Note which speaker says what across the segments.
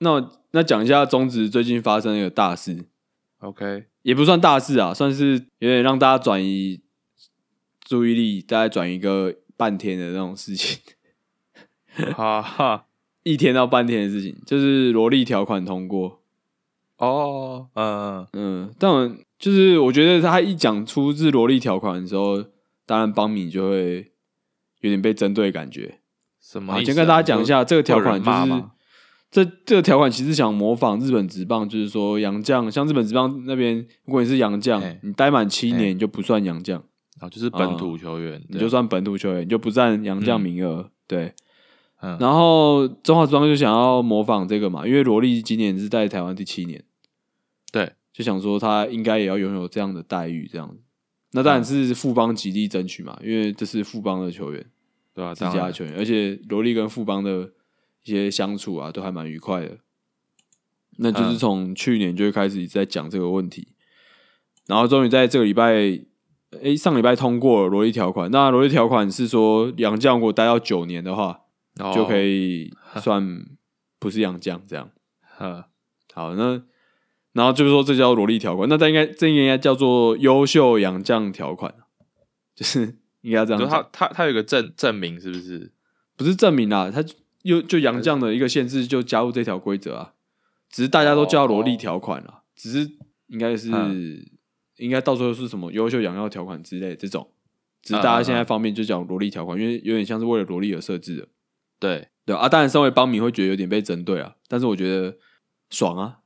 Speaker 1: 那那讲一下中职最近发生的一个大事，
Speaker 2: OK，
Speaker 1: 也不算大事啊，算是有点让大家转移注意力，大概转移个半天的那种事情，
Speaker 2: 哈哈，
Speaker 1: 一天到半天的事情，就是萝莉条款通过。
Speaker 2: 哦，嗯，
Speaker 1: 嗯，但我就是我觉得他一讲出自萝莉条款的时候，当然邦敏就会有点被针对的感觉。
Speaker 2: 什么
Speaker 1: 好，
Speaker 2: 意思啊？
Speaker 1: 先跟大家讲一下这个条款，
Speaker 2: 你说会有人
Speaker 1: 就
Speaker 2: 骂
Speaker 1: 是
Speaker 2: 吗
Speaker 1: 这这个条款其实想模仿日本职棒，就是说洋将，像日本职棒那边，如果你是洋将
Speaker 2: 嘿，
Speaker 1: 你待满七
Speaker 2: 嘿
Speaker 1: 年你就不算洋将，
Speaker 2: 啊，就是本土球员，
Speaker 1: 你就算本土球员，你就不占洋将
Speaker 2: 嗯
Speaker 1: 名额。对，
Speaker 2: 嗯
Speaker 1: 然后中华职棒就想要模仿这个嘛，因为萝莉今年是在台湾第七年。
Speaker 2: 对，
Speaker 1: 就想说他应该也要拥有这样的待遇，这样子。那
Speaker 2: 嗯
Speaker 1: 当然是富邦极力争取嘛，因为这是富邦的球员，
Speaker 2: 对啊，
Speaker 1: 自
Speaker 2: 当
Speaker 1: 家的
Speaker 2: 然
Speaker 1: 球员，而且罗莉跟富邦的一些相处啊，都还蛮愉快的。那就是
Speaker 2: 嗯
Speaker 1: 从去年就开始一直在讲这个问题，然后终于在这个礼拜，诶、上礼拜通过了罗莉条款。那罗莉条款是说，洋将如果待到九年的话，
Speaker 2: 哦
Speaker 1: 就可以算不是洋将这样。
Speaker 2: 嗯
Speaker 1: 好，那然后就是说这叫萝莉条款，那它应该这应该叫做优秀洋将条款，就是应该这
Speaker 2: 就
Speaker 1: 样
Speaker 2: 他
Speaker 1: 讲，
Speaker 2: 他他有一个证证明是不是？
Speaker 1: 不是证明啦，它就又就洋将的一个限制就加入这条规则啊，只是大家都叫萝莉条款
Speaker 2: 哦
Speaker 1: 啦，只是应该是、
Speaker 2: 嗯
Speaker 1: 应该到时候是什么优秀洋将条款之类这种，只是大家现在方面就讲萝莉条款，因为有点像是为了萝莉而设置的，
Speaker 2: 对，
Speaker 1: 对啊，当然身为邦迷会觉得有点被针对啊，但是我觉得爽啊，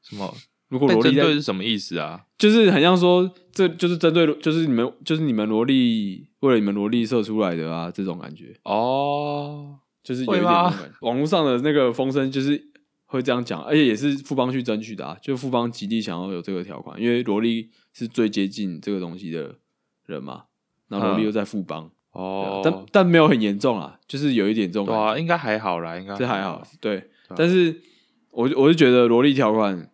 Speaker 2: 什么
Speaker 1: 如果
Speaker 2: 被
Speaker 1: 萝
Speaker 2: 针
Speaker 1: 莉在
Speaker 2: 对是什么意思啊？
Speaker 1: 就是很像说，这就是针对，就是你们，就是你们萝莉为了你们萝莉射出来的啊，这种感觉，
Speaker 2: 哦，
Speaker 1: 就是有一
Speaker 2: 会
Speaker 1: 点
Speaker 2: 吗
Speaker 1: 那种感觉网络上的那个风声就是会这样讲，而且也是富邦去争取的啊，就富邦极力想要有这个条款，因为萝莉是最接近这个东西的人嘛，然后萝莉
Speaker 2: 嗯
Speaker 1: 又在富邦，对啊
Speaker 2: 哦，
Speaker 1: 但但没有很严重啊，就是有一点这种
Speaker 2: 对
Speaker 1: 感觉，
Speaker 2: 啊，应该还好啦，应该
Speaker 1: 这还好，，对。
Speaker 2: 对啊
Speaker 1: 但是我我是觉得萝莉条款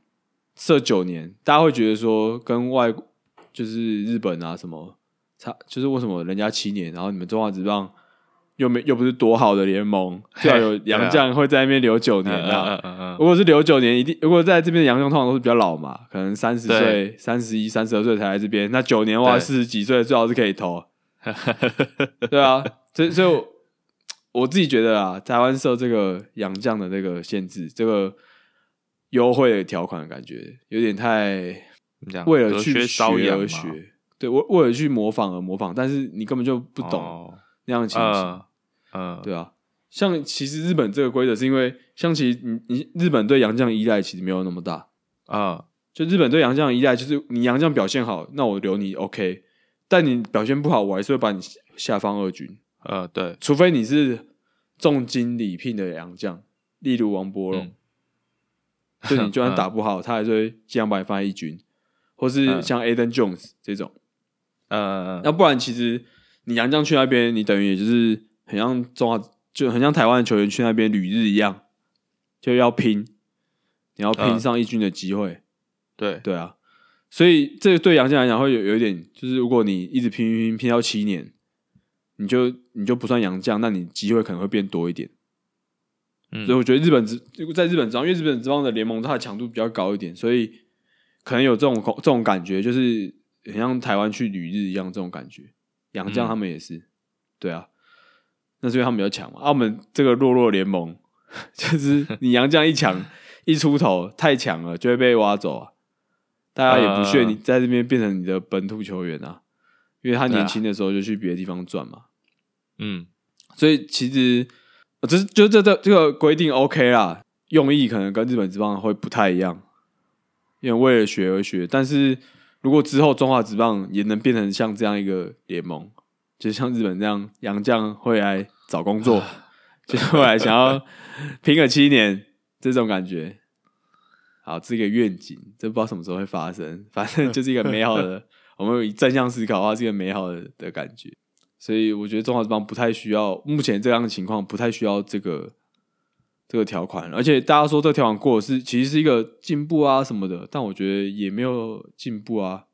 Speaker 1: 设九年，大家会觉得说跟外国就是日本啊什么差，就是为什么人家七年，然后你们中华职棒又没又不是多好的联盟，就要有洋将会在那边留九
Speaker 2: 嗯
Speaker 1: 年
Speaker 2: 啊嗯
Speaker 1: 啊。
Speaker 2: 嗯嗯
Speaker 1: 如果是留九年，一定如果在这边的洋将通常都是比较老嘛，可能三十
Speaker 2: 对
Speaker 1: 岁、三十一、三十二岁才来这边。那九年的话，
Speaker 2: 对
Speaker 1: 四十几岁最好是可以投。
Speaker 2: 嗯，
Speaker 1: 对啊，所以所以我，我自己觉得啊，台湾设这个洋将的这个限制，这个优惠的条款，感觉有点太
Speaker 2: 怎么讲
Speaker 1: 为了
Speaker 2: 隔
Speaker 1: 去
Speaker 2: 靴
Speaker 1: 学
Speaker 2: 搔痒
Speaker 1: 而
Speaker 2: 嘛
Speaker 1: 学，对，为为了去模仿而模仿，但是你根本就不懂
Speaker 2: 哦
Speaker 1: 那样的情形，
Speaker 2: 嗯嗯，
Speaker 1: 对啊。像其实日本这个规则是因为，像其实你你日本对洋将依赖其实没有那么大，
Speaker 2: 嗯
Speaker 1: 就日本对洋将的依赖就是你洋将表现好，那我留你 OK，但你表现不好，我还是会把你下下放二军。
Speaker 2: 呃，对，
Speaker 1: 除非你是重金礼聘的洋将，例如王柏荣，就你就算打不好，他还是会尽量把你放在一军，或是
Speaker 2: 嗯
Speaker 1: 像 Aden Jones 这种。
Speaker 2: 嗯，嗯
Speaker 1: 那不然其实你洋将去那边，你等于也就是很像中华，就很像台湾的球员去那边旅日一样，就要拼，你要拼
Speaker 2: 嗯
Speaker 1: 上一军的机会。
Speaker 2: 对，
Speaker 1: 对啊，所以这个对杨将来讲会有有一点，就是如果你一直拼拼拼拼到七年，你就你就不算杨将，那你机会可能会变多一点。
Speaker 2: 嗯
Speaker 1: 所以我觉得日本职在日本职棒，因为日本职棒的联盟它的强度比较高一点，所以可能有这种这种感觉，就是很像台湾去旅日一样这种感觉。杨将
Speaker 2: 嗯
Speaker 1: 他们也是，对啊，那是因为他们比较强嘛。啊，我们这个弱弱联盟， 就是你杨将一强一出头太强了，就会被挖走啊。大家也不屑
Speaker 2: 嗯
Speaker 1: 你在这边变成你的本土球员啊，因为他
Speaker 2: 对啊
Speaker 1: 年轻的时候就去别的地方转嘛。
Speaker 2: 嗯
Speaker 1: 所以其实，呃只是就这这这个规定 OK 啦，用意可能跟日本职棒会不太一样，因为为了学而学。但是如果之后中华职棒也能变成像这样一个联盟，就像日本这样，洋将会来找工作，就是会来想要拼个七年这种感觉。好，这个愿景，这不知道什么时候会发生，反正就是一个美好的。我们有以正向思考的话，是一个美好的的感觉。所以我觉得中华职棒不太需要，目前这样的情况不太需要这个这个条款，而且大家说这个条款过是其实是一个进步啊什么的，但我觉得也没有进步啊。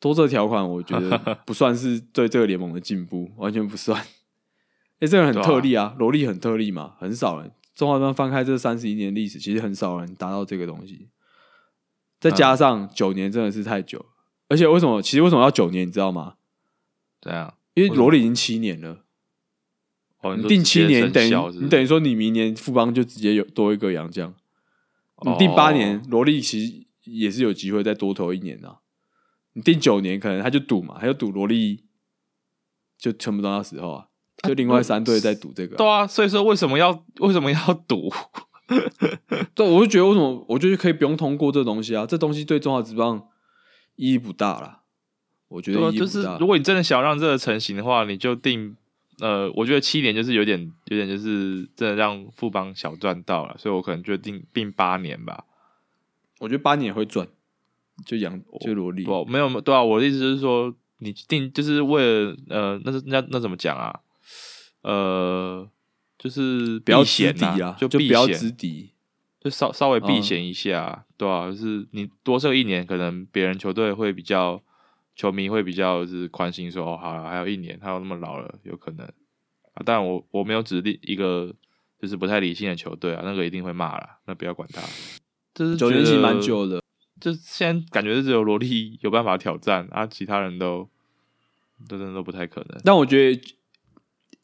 Speaker 1: 多这个条款，我觉得 不算是对这个联盟的进步，完全不算。哎、这个人很
Speaker 2: 对啊
Speaker 1: 特例啊，萝莉很特例嘛，很少人中华职棒翻开这三十一年历史，其实很少人达到这个东西。再加
Speaker 2: 嗯
Speaker 1: 上九年真的是太久了，而且为什么？其实为什么要九年？你知道吗？
Speaker 2: 怎样？
Speaker 1: 因为罗里已经七年了，
Speaker 2: 哦，
Speaker 1: 你
Speaker 2: 说
Speaker 1: 定
Speaker 2: 直
Speaker 1: 七
Speaker 2: 接
Speaker 1: 年，
Speaker 2: 生
Speaker 1: 你等于
Speaker 2: 效是不是
Speaker 1: 你等于说你明年富邦就直接有多一个洋将。你
Speaker 2: 哦
Speaker 1: 定八年，罗莉其实也是有机会再多投一年啊。你定九年，可能他就赌嘛，他就赌罗莉，就全部到那时候啊，就另外三队在赌这个啊、
Speaker 2: 对啊，所以说为什么要为什么要赌？
Speaker 1: 对，啊我就觉得为什么，我觉得可以不用通过这东西啊，这东西对中华职棒意义不大啦。我觉得
Speaker 2: 对啊，
Speaker 1: 意义
Speaker 2: 就
Speaker 1: 不
Speaker 2: 是
Speaker 1: 大。
Speaker 2: 如果你真的想让这个成型的话，你就定呃，我觉得七年就是有点有点就是真的让富邦小赚到了，所以我可能就定定八年吧。
Speaker 1: 我觉得八年也会赚，就养就罗莉。
Speaker 2: 我没有没有对啊，我的意思就是说，你定就是为了呃，那是那那怎么讲啊？呃，就是
Speaker 1: 不要
Speaker 2: 避
Speaker 1: 知
Speaker 2: 险
Speaker 1: 敌啊，
Speaker 2: 就
Speaker 1: 就
Speaker 2: 避
Speaker 1: 不要
Speaker 2: 险
Speaker 1: 知敌。
Speaker 2: 就稍稍微避
Speaker 1: 嗯
Speaker 2: 嫌一下，对啊，就是你多设一年，可能别人球队会比较，球迷会比较就是宽心说，哦，好了，还有一年，他有那么老了，有可能啊。但我我没有指定一个就是不太理性的球队啊，那个一定会骂啦，那不要管他。就是
Speaker 1: 九年其实
Speaker 2: 期
Speaker 1: 蛮，久的，
Speaker 2: 就现在感觉是只有罗莉有办法挑战啊，其他人都都真的都不太可能。
Speaker 1: 但我觉得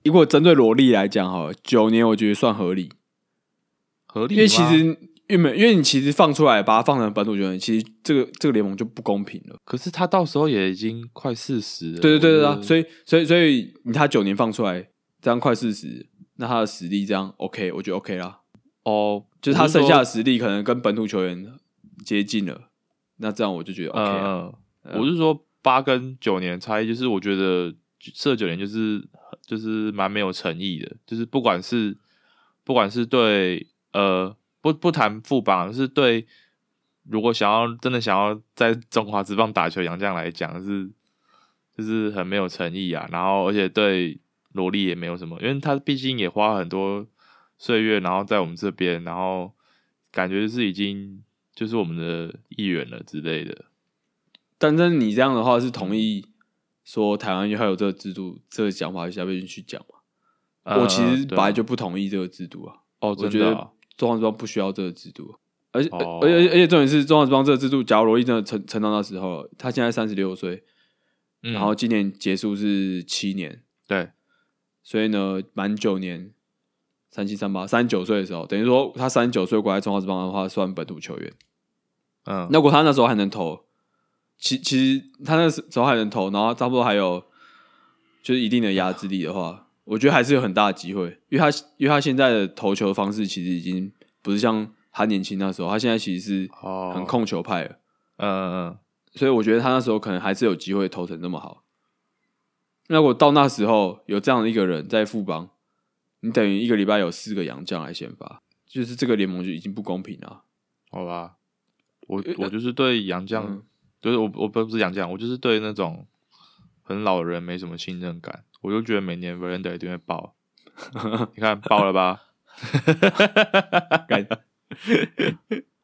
Speaker 1: 如果针对罗莉来讲，好了，九年我觉得算合理。
Speaker 2: 合理吗，
Speaker 1: 因为其实原本因为你其实放出来把它放成本土球员，其实这个这个联盟就不公平了。
Speaker 2: 可是他到时候也已经快四十了，
Speaker 1: 对对对对啊！
Speaker 2: 就是
Speaker 1: 所以所以所以你他九年放出来，这样快四十，那他的实力这样 OK，我觉得 OK 啦。
Speaker 2: 哦，
Speaker 1: 就是他剩下
Speaker 2: 我
Speaker 1: 的实力可能跟本土球员接近了，那这样我就觉得 OK 啊、
Speaker 2: 嗯，我是说八跟九年的差异，就是我觉得设九年就是就是蛮没有诚意的，就是不管是不管是对呃不不谈副榜，就是对如果想要真的想要在中华职棒打球洋将来讲是就是很没有诚意啊，然后而且对萝莉也没有什么，因为他毕竟也花很多岁月，然后在我们这边，然后感觉是已经就是我们的议员了之类的。
Speaker 1: 但是你这样的话是同意说台湾要有这个制度，这个讲法下面去讲嘛？我其实
Speaker 2: 呃对
Speaker 1: 本来就不同意这个制度啊，
Speaker 2: 哦，
Speaker 1: 我
Speaker 2: 真
Speaker 1: 觉
Speaker 2: 的
Speaker 1: 得
Speaker 2: 哦
Speaker 1: 中华之邦不需要这个制度，啊而且而
Speaker 2: 哦
Speaker 1: 而且而且重点是中华之邦这个制度，假如罗毅真的成成到那时候了，他现在三十六岁，
Speaker 2: 嗯
Speaker 1: 然后今年结束是七年，
Speaker 2: 对，
Speaker 1: 所以呢满九年。三七三八，三十九岁的时候，等于说他三十九岁过来中华之邦的话，算本土球员。
Speaker 2: 嗯，
Speaker 1: 那如果他那时候还能投，其其实他那时候还能投，然后差不多还有就是一定的压制力的话，我觉得还是有很大的机会，因为他因为他现在的投球方式其实已经不是像他年轻那时候，他现在其实是
Speaker 2: 哦
Speaker 1: 很控球派了，
Speaker 2: 嗯嗯
Speaker 1: 所以我觉得他那时候可能还是有机会投成那么好。那如果到那时候有这样的一个人在副帮，你等于一个礼拜有四个洋将来先发，就是这个联盟就已经不公平了啊。
Speaker 2: 嗯，好吧，我
Speaker 1: 呃
Speaker 2: 我就是对杨绛，
Speaker 1: 嗯
Speaker 2: 就是我我不是杨绛，我就是对那种很老的人没什么信任感，我就觉得每年 Verlander 一定会 爆，你看爆了吧？
Speaker 1: 干。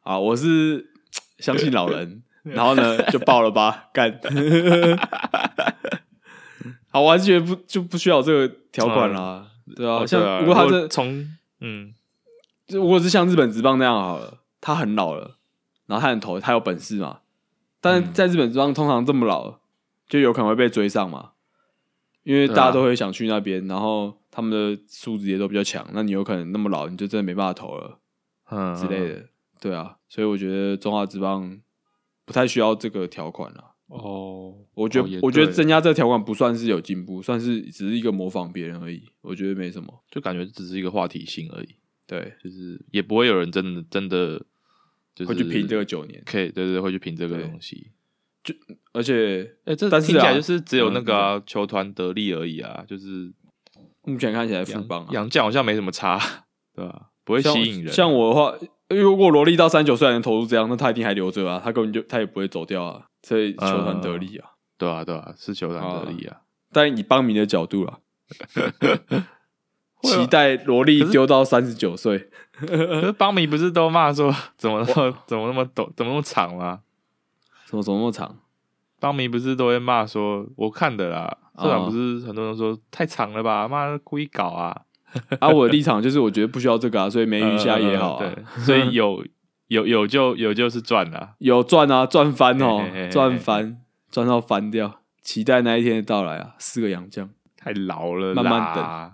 Speaker 1: 啊，我 是相信老人，然后呢就爆了吧，干。好，我还是觉得不就不需要这个条款啦，对啊，
Speaker 2: 哦对啊
Speaker 1: 像如果他这
Speaker 2: 从嗯
Speaker 1: 如果是像日本职棒那样好了，他很老了，然后他很投，他有本事嘛。但是
Speaker 2: 嗯
Speaker 1: 在日本职棒，通常这么老就有可能会被追上嘛，因为大家
Speaker 2: 对啊
Speaker 1: 都会想去那边，然后他们的素质也都比较强，那你有可能那么老你就真的没办法投了。
Speaker 2: 嗯
Speaker 1: 之类
Speaker 2: 嗯
Speaker 1: 的，对啊，所以我觉得中华职棒不太需要这个条款了。
Speaker 2: 哦，
Speaker 1: 我觉得，
Speaker 2: 哦也
Speaker 1: 我觉得
Speaker 2: 对
Speaker 1: 增加这个条款不算是有进步，算是只是一个模仿别人而已。我觉得没什么。
Speaker 2: 就感觉只是一个话题性而已，
Speaker 1: 对，
Speaker 2: 就是也不会有人真的真的就是
Speaker 1: 会去拼这个九年，
Speaker 2: 可以对对对会去拼这个
Speaker 1: 对
Speaker 2: 东西。
Speaker 1: 而且
Speaker 2: 哎、这
Speaker 1: 但
Speaker 2: 听起
Speaker 1: 是啊
Speaker 2: 来就是只有
Speaker 1: 嗯
Speaker 2: 那个啊、球团得利而已啊，就是
Speaker 1: 目前看起来副
Speaker 2: 洋
Speaker 1: 帮啊，
Speaker 2: 洋将好像没什么差， 对吧、不会吸
Speaker 1: 像
Speaker 2: 引人。啊
Speaker 1: 像我的话，如果萝莉到三九岁还能投出这样，那他一定还留着啊，他根本就他也不会走掉啊，所以球
Speaker 2: 嗯
Speaker 1: 团得利啊。
Speaker 2: 对啊对啊，是球团得利啊。
Speaker 1: 但以邦民的角度 啦，
Speaker 2: 会啊
Speaker 1: 期待萝莉丢到三十九岁。
Speaker 2: 可是邦迷不是都骂说 怎么那么怎么那么短怎么那么长吗？
Speaker 1: 什么什么那么长？
Speaker 2: 邦迷不是都会骂说我看的啦，社
Speaker 1: 哦
Speaker 2: 长不是很多人说太长了吧，妈的故意搞啊。
Speaker 1: 啊，我的立场就是我觉得不需要这个啊，所以没鱼虾也好啊，
Speaker 2: 呃 对，所以有有有就有就是赚啦、
Speaker 1: 有赚啊，赚翻哦
Speaker 2: 嘿嘿嘿嘿，
Speaker 1: 赚翻，赚到翻掉。期待那一天的到来啊！四个洋将，
Speaker 2: 太老了啦，
Speaker 1: 慢慢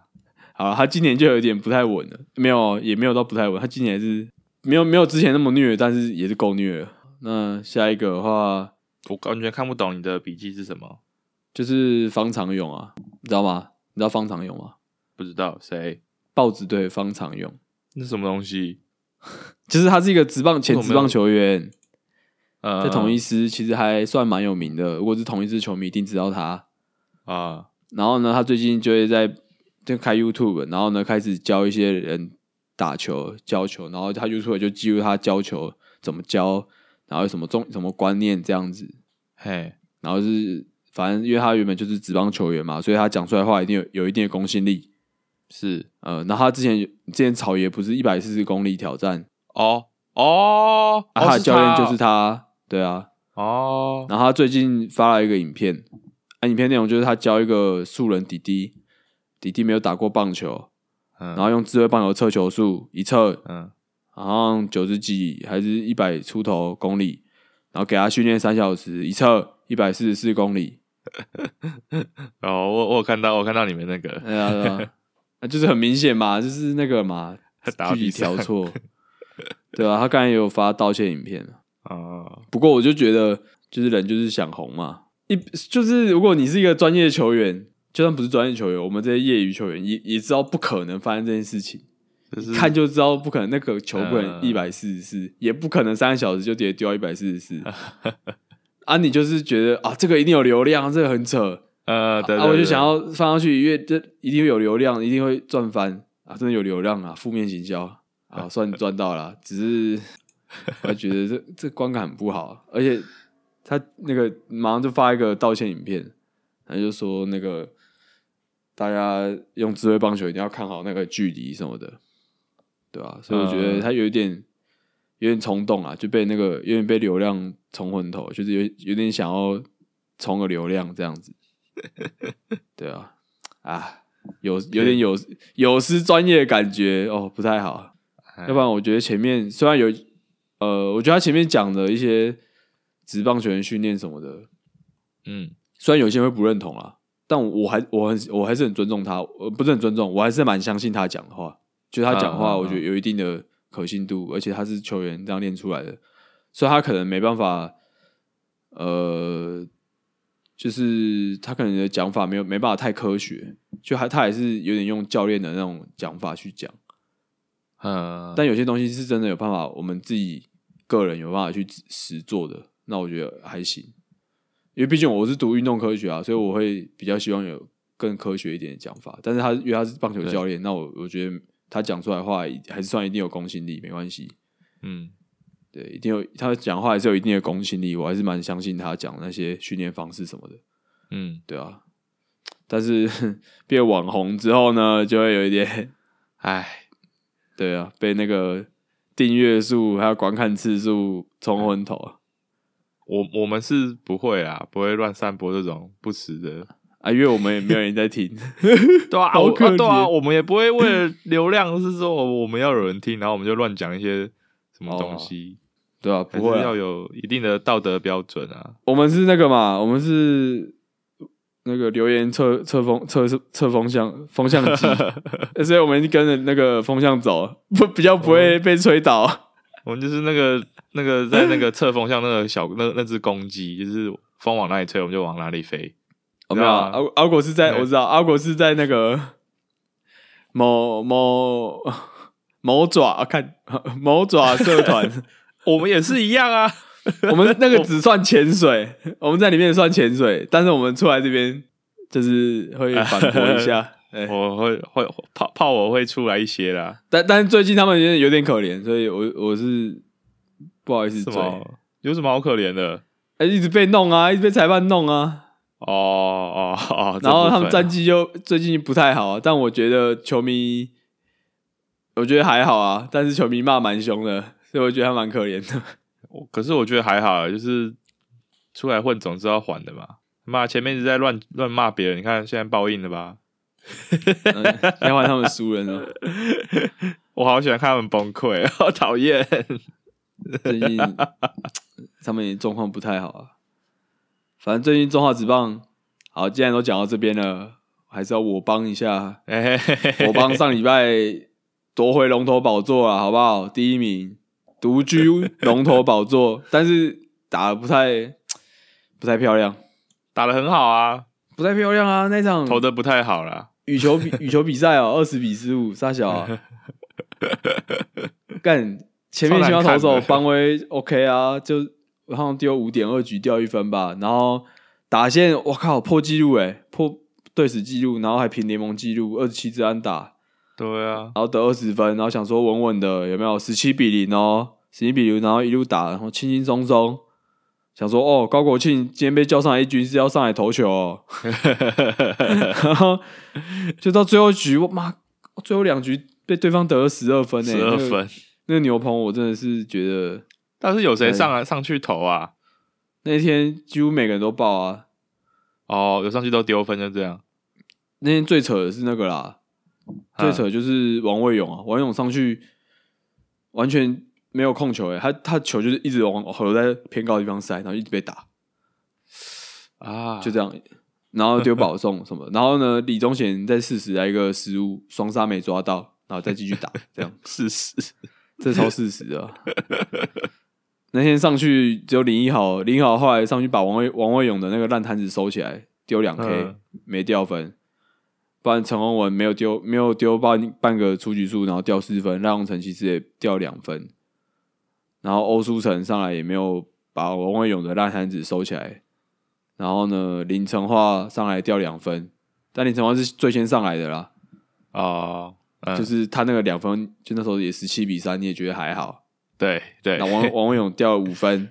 Speaker 1: 好了，他今年就有点不太稳了，没有，也没有到不太稳，他今年还是没有没有之前那么虐，但是也是够虐了。那下一个的话
Speaker 2: 我完全看不懂你的笔记是什么，
Speaker 1: 就是方长勇啊，你知道吗？你知道方长勇吗？
Speaker 2: 不知道谁
Speaker 1: 豹子队方长勇，
Speaker 2: 那什么东西？
Speaker 1: 就是他是一个职棒前
Speaker 2: 为什么
Speaker 1: 职
Speaker 2: 没有
Speaker 1: 棒球员，
Speaker 2: 呃，
Speaker 1: 在统一师其实还算蛮有名的。如果是统一师球迷，一定知道他。
Speaker 2: 啊，
Speaker 1: 然后呢，他最近就会在就开 YouTube，然后呢开始教一些人打球、教球，然后他 YouTube 就记录他教球怎么教，然后有什么重什么观念这样子。
Speaker 2: 嘿，
Speaker 1: 然后是反正因为他原本就是职棒球员嘛，所以他讲出来的话一定有有一定的公信力。
Speaker 2: 是
Speaker 1: 呃，然后他之前之前草爷不是一百四十公里挑战，
Speaker 2: 哦哦，
Speaker 1: 啊，
Speaker 2: 哦
Speaker 1: 他的教练就是
Speaker 2: 他
Speaker 1: 他，对啊。
Speaker 2: 哦，
Speaker 1: 然后他最近发了一个影片，啊，影片内容就是他教一个素人弟弟，弟弟没有打过棒球，
Speaker 2: 然
Speaker 1: 然后用智慧棒球测球速，一测
Speaker 2: 嗯
Speaker 1: 好像九十几还是一百出头公里，然后给他训练三小时，一测一百四十四公里，
Speaker 2: 哦，我我有看到我有看到你们那个
Speaker 1: 对啊，对 啊啊就是很明显嘛，就是那个 嘛，
Speaker 2: 打
Speaker 1: 距离
Speaker 2: 比赛
Speaker 1: 调 错，对啊，他刚才也有发道歉影片，啊
Speaker 2: 哦，
Speaker 1: 不过我就觉得，就是人就是想红嘛，一就是如果你是一个专业球员，就算不是专业球员，我们这些业余球员也也知道不可能发生这件事情，
Speaker 2: 就是
Speaker 1: 看就知道不可能，那个球不可能
Speaker 2: 嗯
Speaker 1: 一百四十四，也不可能三个小时就直接丢到一百四十 四。啊，你就是觉得啊，这个一定有流量，这个很扯，
Speaker 2: 呃，对，
Speaker 1: 啊，
Speaker 2: 对
Speaker 1: 我就
Speaker 2: 对
Speaker 1: 想要放上去，因为这一定会有流量，一定会赚翻啊！真的有流量啊，负面行 销啊，算赚到了，只是我还觉得这这观感很不好，而且他那个马上就发一个道歉影片，他就说那个大家用智慧棒球一定要看好那个距离什么的，对吧、所以我觉得
Speaker 2: 嗯
Speaker 1: 他有一点。有点冲动啊，就被那个有点被流量冲昏头，就是有有点想要冲个流量这样 子。对啊，啊，有有点有有失专业的感觉哦，不太好。
Speaker 2: 哎
Speaker 1: 要不然我觉得前面虽然有，呃，我觉得他前面讲的一些职棒球员训练什么的，
Speaker 2: 嗯
Speaker 1: 虽然有些人会不认同啦，但我我还我很我还是很尊重他，呃，不是很尊重，我还是蛮相信他讲的话。就是他讲
Speaker 2: 嗯
Speaker 1: 话，
Speaker 2: 嗯
Speaker 1: 我觉得有一定的可信度，而且他是球员这样练出来的，所以他可能没办法，呃，就是他可能的讲法没有没办法太科学，就还他还是有点用教练的那种讲法去讲。
Speaker 2: 嗯，
Speaker 1: 但有些东西是真的有办法，我们自己个人有办法去实实做的，那我觉得还行。因为毕竟我是读运动科学啊，所以我会比较希望有更科学一点的讲法。但是他因为他是棒球
Speaker 2: 对
Speaker 1: 教练，那我我觉得他讲出来的话还是算一定有公信力，没关系。
Speaker 2: 嗯
Speaker 1: 对，一定有他讲话还是有一定的公信力，我还是蛮相信他讲那些训练方式什么的。
Speaker 2: 嗯，
Speaker 1: 对啊，但是 变网红之后呢，就会有一点
Speaker 2: 哎，
Speaker 1: 对啊，被那个订阅数还有观看次数冲昏头啊！
Speaker 2: 我我们是不会啦，不会乱散播这种不实的
Speaker 1: 啊，因为我们也没有人在 听，
Speaker 2: 对啊，
Speaker 1: 好
Speaker 2: 我
Speaker 1: 可
Speaker 2: 啊对啊，
Speaker 1: 怜
Speaker 2: 我们也不会为了流量是说我我们要有人听，然后我们就乱讲一些什么东西，
Speaker 1: 对啊，哦不
Speaker 2: 还
Speaker 1: 会啊
Speaker 2: 是要，有一定的道德标准啊。
Speaker 1: 我们是那个嘛，我们是那个留言测测风测测风向风向机， 所以我们跟着那个风向走，不比较不会被吹倒。啊
Speaker 2: 我们就是那个那个在那个侧风向那个小那那只公鸡，就是风往哪里吹，我们就往哪里飞。
Speaker 1: 哦、没有啊，
Speaker 2: 知道
Speaker 1: 阿阿果是在
Speaker 2: 对
Speaker 1: 我知道，阿果是在那个某某某爪啊看 某爪社团。
Speaker 2: 我们也是一样啊，
Speaker 1: 我们那个只算潜水，我们在里面算潜水，但是我们出来这边就是会反驳一 下。哎，
Speaker 2: 我会会泡泡我会出来一些啦，
Speaker 1: 但但是最近他们有点有点可怜，所以我我是不好意思
Speaker 2: 什
Speaker 1: 追，
Speaker 2: 么有什么好可怜的？
Speaker 1: 哎，一直被弄啊，一直被裁判弄啊，
Speaker 2: 哦哦哦，这
Speaker 1: 然后他们
Speaker 2: 部分
Speaker 1: 战绩就最近不太好、啊，但我觉得球迷，我觉得还好啊，但是球迷骂蛮凶的，所以我觉得他蛮可怜的。
Speaker 2: 我可是我觉得还好，啊就是出来混总是要还的嘛。妈，前面一直在乱乱骂别人，你看现在报应了吧？
Speaker 1: 嗯要换他们输人了。
Speaker 2: 我好喜欢看他们崩溃， 好讨厌。
Speaker 1: 最近他们也状况不太好啊。反正最近中华职棒，好，既然都讲到这边了，还是要我帮一下，
Speaker 2: 哎嘿嘿嘿
Speaker 1: 我帮上礼拜夺回龙头宝座啊，好不好？第一名，独居龙头宝座，但是打的不太不太漂亮，
Speaker 2: 打的很好啊，
Speaker 1: 不太漂亮啊！那场
Speaker 2: 投的不太好啦。
Speaker 1: 羽球比羽球比赛 哦，二十比十五，傻小啊！干前面先要投
Speaker 2: 超难
Speaker 1: 手
Speaker 2: 看的
Speaker 1: 邦威 OK 啊，就好像丢五点二局掉一分吧，然后打线我靠破纪录诶，破队史纪录，然后还平联盟纪录二十七支安打，
Speaker 2: 对啊，
Speaker 1: 然后得二十分，然后想说稳稳的有没有十七比零哦，十七比零，然后一路打，然后轻轻松松。想说哦，高国庆今天被叫上来一军是要上来投球哦，然后就到最后一局，我妈，最后两局被对方得了十二分呢、
Speaker 2: 十二
Speaker 1: 那个
Speaker 2: 分。
Speaker 1: 那个牛棚我真的是觉得
Speaker 2: 但是有谁上来上去投啊？
Speaker 1: 那天几乎每个人都爆啊。
Speaker 2: 哦，有上去都丢分，就这样。
Speaker 1: 那天最扯的是那个啦，最扯就是王卫勇啊，王卫勇上去完全没有控球诶、欸他他球就是一直往往在偏高的地方塞，然后一直被打，
Speaker 2: 啊！
Speaker 1: 就这样，然后丢保送什么，然后呢，李宗贤在四十来一个失误，双杀没抓到，然后再继续打，这样。
Speaker 2: 事实。
Speaker 1: 这超事实的啊。那天上去只有林一豪，林一豪后来上去把王卫王卫勇的那个烂摊子收起来，丢两 K、
Speaker 2: 嗯
Speaker 1: 没掉分。不然陈宏文没有丢没有丢半半个出局数，然后掉四分，赖鸿成其实也掉两分，然后欧舒成上来也没有把王卫勇的烂摊子收起来，然后呢林晨化上来掉两分，但林晨化是最先上来的啦，
Speaker 2: 哦，嗯
Speaker 1: 就是他那个两分，就那时候也十七比三，你也觉得还好，
Speaker 2: 对对
Speaker 1: 那， 王王伟勇掉了五分，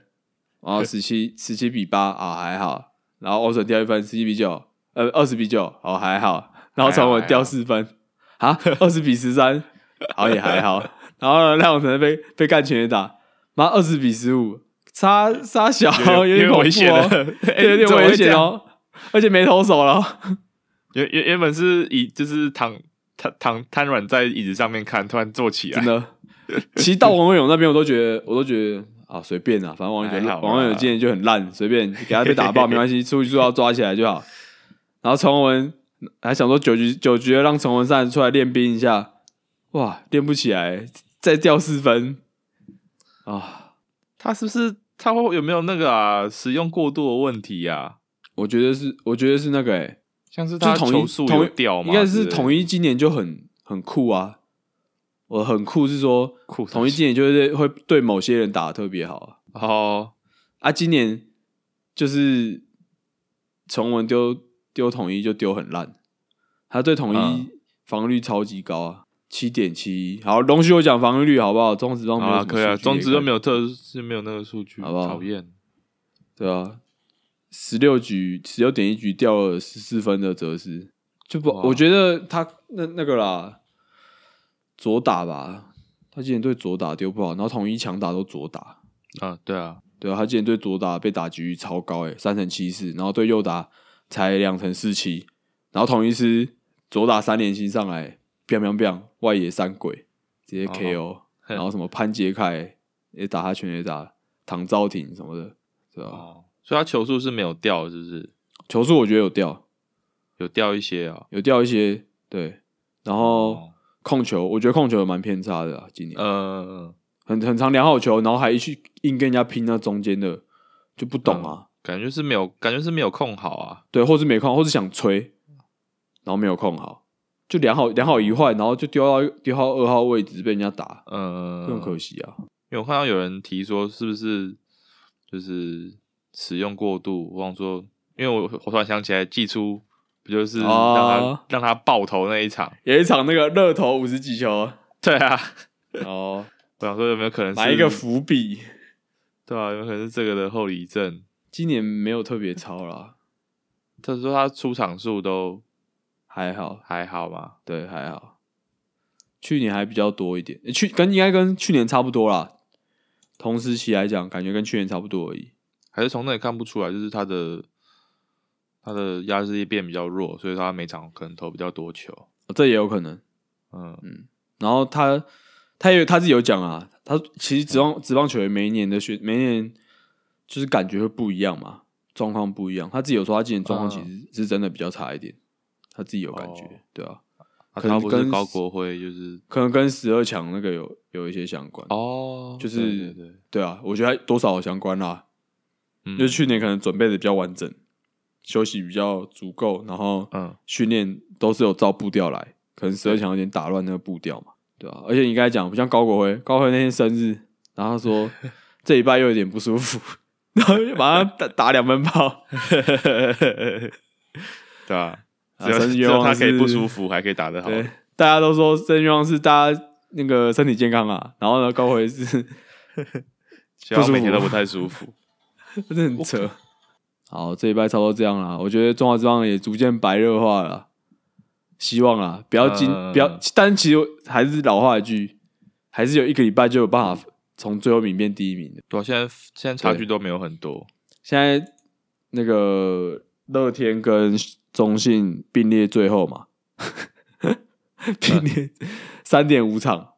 Speaker 1: 然后十七十七比八啊还好，然后欧神掉一分十七比九，呃二十比九哦还好，然后传
Speaker 2: 还
Speaker 1: 文
Speaker 2: 好
Speaker 1: 掉四分啊二十比十三，好也还好，然后呢赖永成被被干全垒打，妈二十比十五，差差小 有点
Speaker 2: 点
Speaker 1: 恐
Speaker 2: 危险
Speaker 1: 怖
Speaker 2: 了
Speaker 1: 哦，，
Speaker 2: 哎
Speaker 1: 有点危险。哦，而且没投手了，
Speaker 2: 你怎么会这样原原原本是以就是躺躺躺瘫软在椅子上面看，突然坐起来
Speaker 1: 真， 的。其实到王伟勇那边，我都觉得，我都觉得啊，随便啊，反正王伟
Speaker 2: 还好
Speaker 1: 勇，
Speaker 2: 啦
Speaker 1: 王伟勇今年就很烂，随 便给他被打爆没关系，出去就要抓起来就好。然后陈宏文还想说九局九局让陈文善出来练兵一下，哇，练不起来，再掉四分啊！
Speaker 2: 他是不是他会有没有那个啊使用过度的问题啊？
Speaker 1: 我觉得是，我觉得是那个、欸，
Speaker 2: 像是
Speaker 1: 就
Speaker 2: 他
Speaker 1: 是统
Speaker 2: 球
Speaker 1: 一
Speaker 2: 速
Speaker 1: 统
Speaker 2: 有
Speaker 1: 一
Speaker 2: 掉吗？
Speaker 1: 应该是统
Speaker 2: 一
Speaker 1: 一今年就很很酷啊。我很酷是说，
Speaker 2: 酷
Speaker 1: 统一今年就是会对某些人打的特别好啊。
Speaker 2: 哦，
Speaker 1: 啊，今年就是崇文丢丢统一就丢很烂，他对统一
Speaker 2: 嗯
Speaker 1: 防御率超级高啊，七点七。好，容许我讲防御率好不好？中职棒
Speaker 2: 好
Speaker 1: 哦没有
Speaker 2: 啊，
Speaker 1: 什么
Speaker 2: 可以啊，
Speaker 1: 数据
Speaker 2: 中职
Speaker 1: 也
Speaker 2: 又
Speaker 1: 看
Speaker 2: 没有特是没有那个数据，
Speaker 1: 好不好
Speaker 2: 讨厌。
Speaker 1: 对啊，十六局十六点一局掉了十四分的哲思，就不，
Speaker 2: 哇
Speaker 1: 我觉得他那那个啦，左打吧，他今年对左打丢不好，然后统一强打都左打，
Speaker 2: 啊，对啊，
Speaker 1: 对啊，他今年对左打被打局率超高诶、欸三成七四，然后对右打才两成四七，然后统一师左打三连星上来，biang biang biang，外野三鬼直接
Speaker 2: 哦
Speaker 1: KO，、
Speaker 2: 哼
Speaker 1: 然后什么潘杰凯也打他全垒打，唐昭廷什么的，对吧、啊？
Speaker 2: 哦，所以他球速是没有掉的，是不是？
Speaker 1: 球速我觉得有掉，
Speaker 2: 有掉一些啊。
Speaker 1: 有掉一些，对，然后
Speaker 2: 哦，
Speaker 1: 控球我觉得控球也蛮偏差的啊，今年、
Speaker 2: 呃，
Speaker 1: 很很常量好球，然后还去硬跟人家拼那中间的，就不
Speaker 2: 嗯
Speaker 1: 懂啊。
Speaker 2: 感觉是没有，感觉是没有控好啊。
Speaker 1: 对，或是没控，或是想吹，然后没有控好，就两好两好一坏，然后就丢到丢到二号位置被人家打，
Speaker 2: 嗯，
Speaker 1: 这很可惜啊。
Speaker 2: 因为我看到有人提说，是不是就是使用过度？我想说，因为我我突然想起来，季初不就是让他、
Speaker 1: 哦
Speaker 2: 让他爆头那一场？
Speaker 1: 有一场那个热投五十几球，
Speaker 2: 对啊，
Speaker 1: 哦，
Speaker 2: 我想说有没有可能是
Speaker 1: 埋一个伏笔。
Speaker 2: 对啊，有没有可能是这个的后遗症？
Speaker 1: 今年没有特别超啦，
Speaker 2: 他说他出场数都
Speaker 1: 还好，
Speaker 2: 还好嘛，
Speaker 1: 对，还好。去年还比较多一点，诶去跟应该跟去年差不多啦。同时期来讲，感觉跟去年差不多而已。
Speaker 2: 还是从那里看不出来，就是他的他的压制力变比较弱，所以他每场可能投比较多球。
Speaker 1: 哦这也有可能。
Speaker 2: 嗯，
Speaker 1: 然后他他也他自己有讲啊，他其实职棒职棒球员每一年的选每一年就是感觉会不一样嘛，状况不一样。他自己有说他今年状况其实是真的比较差一点，他自己有感觉，
Speaker 2: 嗯哦
Speaker 1: 对啊，
Speaker 2: 啊
Speaker 1: 可
Speaker 2: 他
Speaker 1: 能
Speaker 2: 不是
Speaker 1: 跟
Speaker 2: 高国辉就是
Speaker 1: 可能跟十二强那个有有一些相关。
Speaker 2: 哦，
Speaker 1: 就是
Speaker 2: 对对对，
Speaker 1: 对啊，我觉得多少有相关啦，
Speaker 2: 嗯
Speaker 1: 就是去年可能准备的比较完整，休息比较足够，然后
Speaker 2: 嗯
Speaker 1: 训练都是有照步调来，可能十二强有点打乱那个步调嘛，对啊，而且你刚才讲，不像高国辉，高国辉那天生日，然后他 说这礼拜又有点不舒服， 然后就马上打打两分炮，
Speaker 2: 对啊，
Speaker 1: 啊
Speaker 2: 只有
Speaker 1: 生日
Speaker 2: 只
Speaker 1: 愿
Speaker 2: 有
Speaker 1: 望
Speaker 2: 他可以不
Speaker 1: 是
Speaker 2: 舒服，还可以打得好。
Speaker 1: 对，大家都说生日愿望是大家那个身体健康啊，然后呢，高国辉是
Speaker 2: 其实他
Speaker 1: 不舒服
Speaker 2: 每天都不 太舒服。
Speaker 1: 真的很扯。好，这一拜差不多这样啦。我觉得中华之棒也逐渐白热化了啦，希望啊，不要今、
Speaker 2: 嗯
Speaker 1: 不要，但其实我还是老话一句，还是有一个礼拜就有办法从最后名变第一名的。
Speaker 2: 对啊，现在现在差距都没有很多。
Speaker 1: 现在那个乐天跟中信并列最后嘛， 并列三点五场，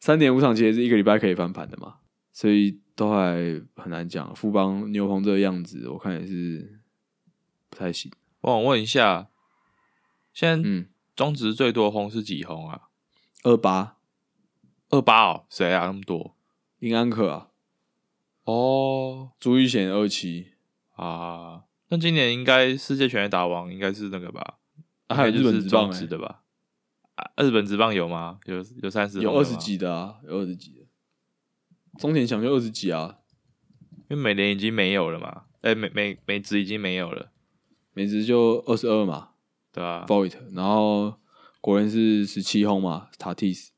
Speaker 1: 三点五场其实是一个礼拜可以翻盘的嘛，所以都还很难讲。富邦牛棚这个样子，我看也是不太行。
Speaker 2: 我想问一下，现在
Speaker 1: 嗯，
Speaker 2: 中职最多轰是几轰啊？
Speaker 1: 二八
Speaker 2: 二八哦，谁啊？那么多
Speaker 1: 林安可啊，
Speaker 2: 哦
Speaker 1: 朱玉贤二七，
Speaker 2: 啊！那今年应该世界全垒打王应该是那个吧？
Speaker 1: 啊还有
Speaker 2: 应该就
Speaker 1: 日
Speaker 2: 是
Speaker 1: 本职棒
Speaker 2: 中职
Speaker 1: 欸
Speaker 2: 的吧？啊，日本职棒有吗？有有三十，
Speaker 1: 有二十，几的啊，有二十几的。中田翔就二十几啊，
Speaker 2: 因为每年已经没有了嘛。哎、每每每职已经没有了，
Speaker 1: 美职就二十二嘛，
Speaker 2: 对吧、
Speaker 1: Void，然后果然是十七轰嘛，Tatis，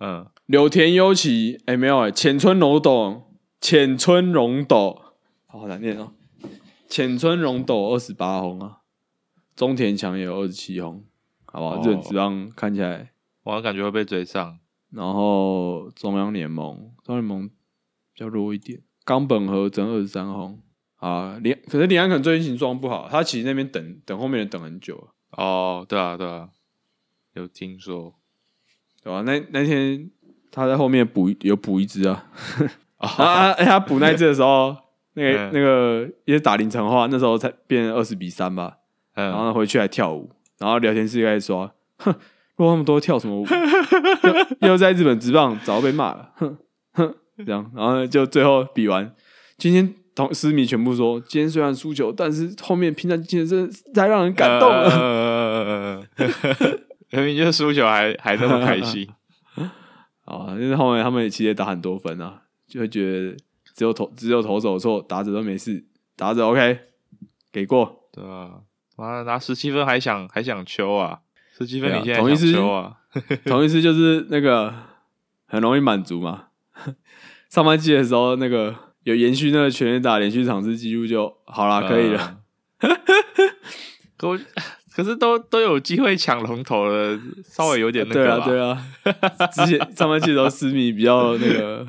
Speaker 2: 嗯，
Speaker 1: 柳田优起，哎、没有哎、浅村荣斗，浅村荣斗，好难念哦，浅村荣斗二十八轰啊，中田强也有二十七轰，好不好？
Speaker 2: 哦
Speaker 1: 日本职棒看起来，
Speaker 2: 我好像感觉会被追上。
Speaker 1: 然后中央联盟，中央联盟比较弱一点，冈本和真二十三轰。啊，李可是李安肯最近情状不好，他其实那边等等后面人等很久了，
Speaker 2: 哦，对啊，对啊，有听说
Speaker 1: 对吧、那那天他在后面补有补一支啊，啊
Speaker 2: 啊，
Speaker 1: 啊！哎他补那一支的时候，那个、
Speaker 2: 嗯
Speaker 1: 那个也是打凌晨话，那时候才变二十比三吧。然后
Speaker 2: 嗯，
Speaker 1: 回去还跳舞，然后聊天室开始说：“哼，如果他们都跳什么舞， 又又在日本职棒早就被骂了。”哼哼，这样，然后呢就最后比完，今天同私迷全部说，今天虽然输球，但是后面拼战精神真的是太让人感动了。
Speaker 2: 呃了。明明就是输球还还那么开心，
Speaker 1: 啊，因为后面他们也其实也打很多分啊，就会觉得只有投只有投手错，打者都没事，打者 OK 给过。
Speaker 2: 对啊，妈的拿十七分还想还想求啊，十七分
Speaker 1: 对啊
Speaker 2: 你现在
Speaker 1: 同
Speaker 2: 还
Speaker 1: 意
Speaker 2: 想
Speaker 1: 是
Speaker 2: 求啊？
Speaker 1: 同意思就是那个很容易满足嘛。 上半季的时候，那个有延续那个全垒打连续场次记录就好啦，啊可以了。
Speaker 2: 嗯。 可我可是都都有机会抢龙头了，稍微有点那
Speaker 1: 对
Speaker 2: 个
Speaker 1: 啊，
Speaker 2: 吧。
Speaker 1: 对
Speaker 2: 啊，
Speaker 1: 啊，之前上半季的时候，思密比较那个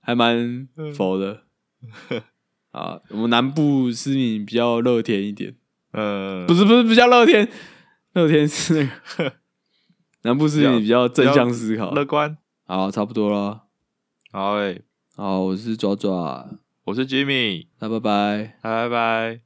Speaker 1: 还蛮佛的。
Speaker 2: 嗯
Speaker 1: 啊，我们南部思密比较乐天一点。
Speaker 2: 嗯，
Speaker 1: 不是不是不叫乐天，乐天是那个南部市民比较正向思考。
Speaker 2: 乐观。
Speaker 1: 好，差不多了。
Speaker 2: 好诶，哎
Speaker 1: 好，我是爪爪，
Speaker 2: 我是 Jimmy，
Speaker 1: 那拜拜。
Speaker 2: 拜拜。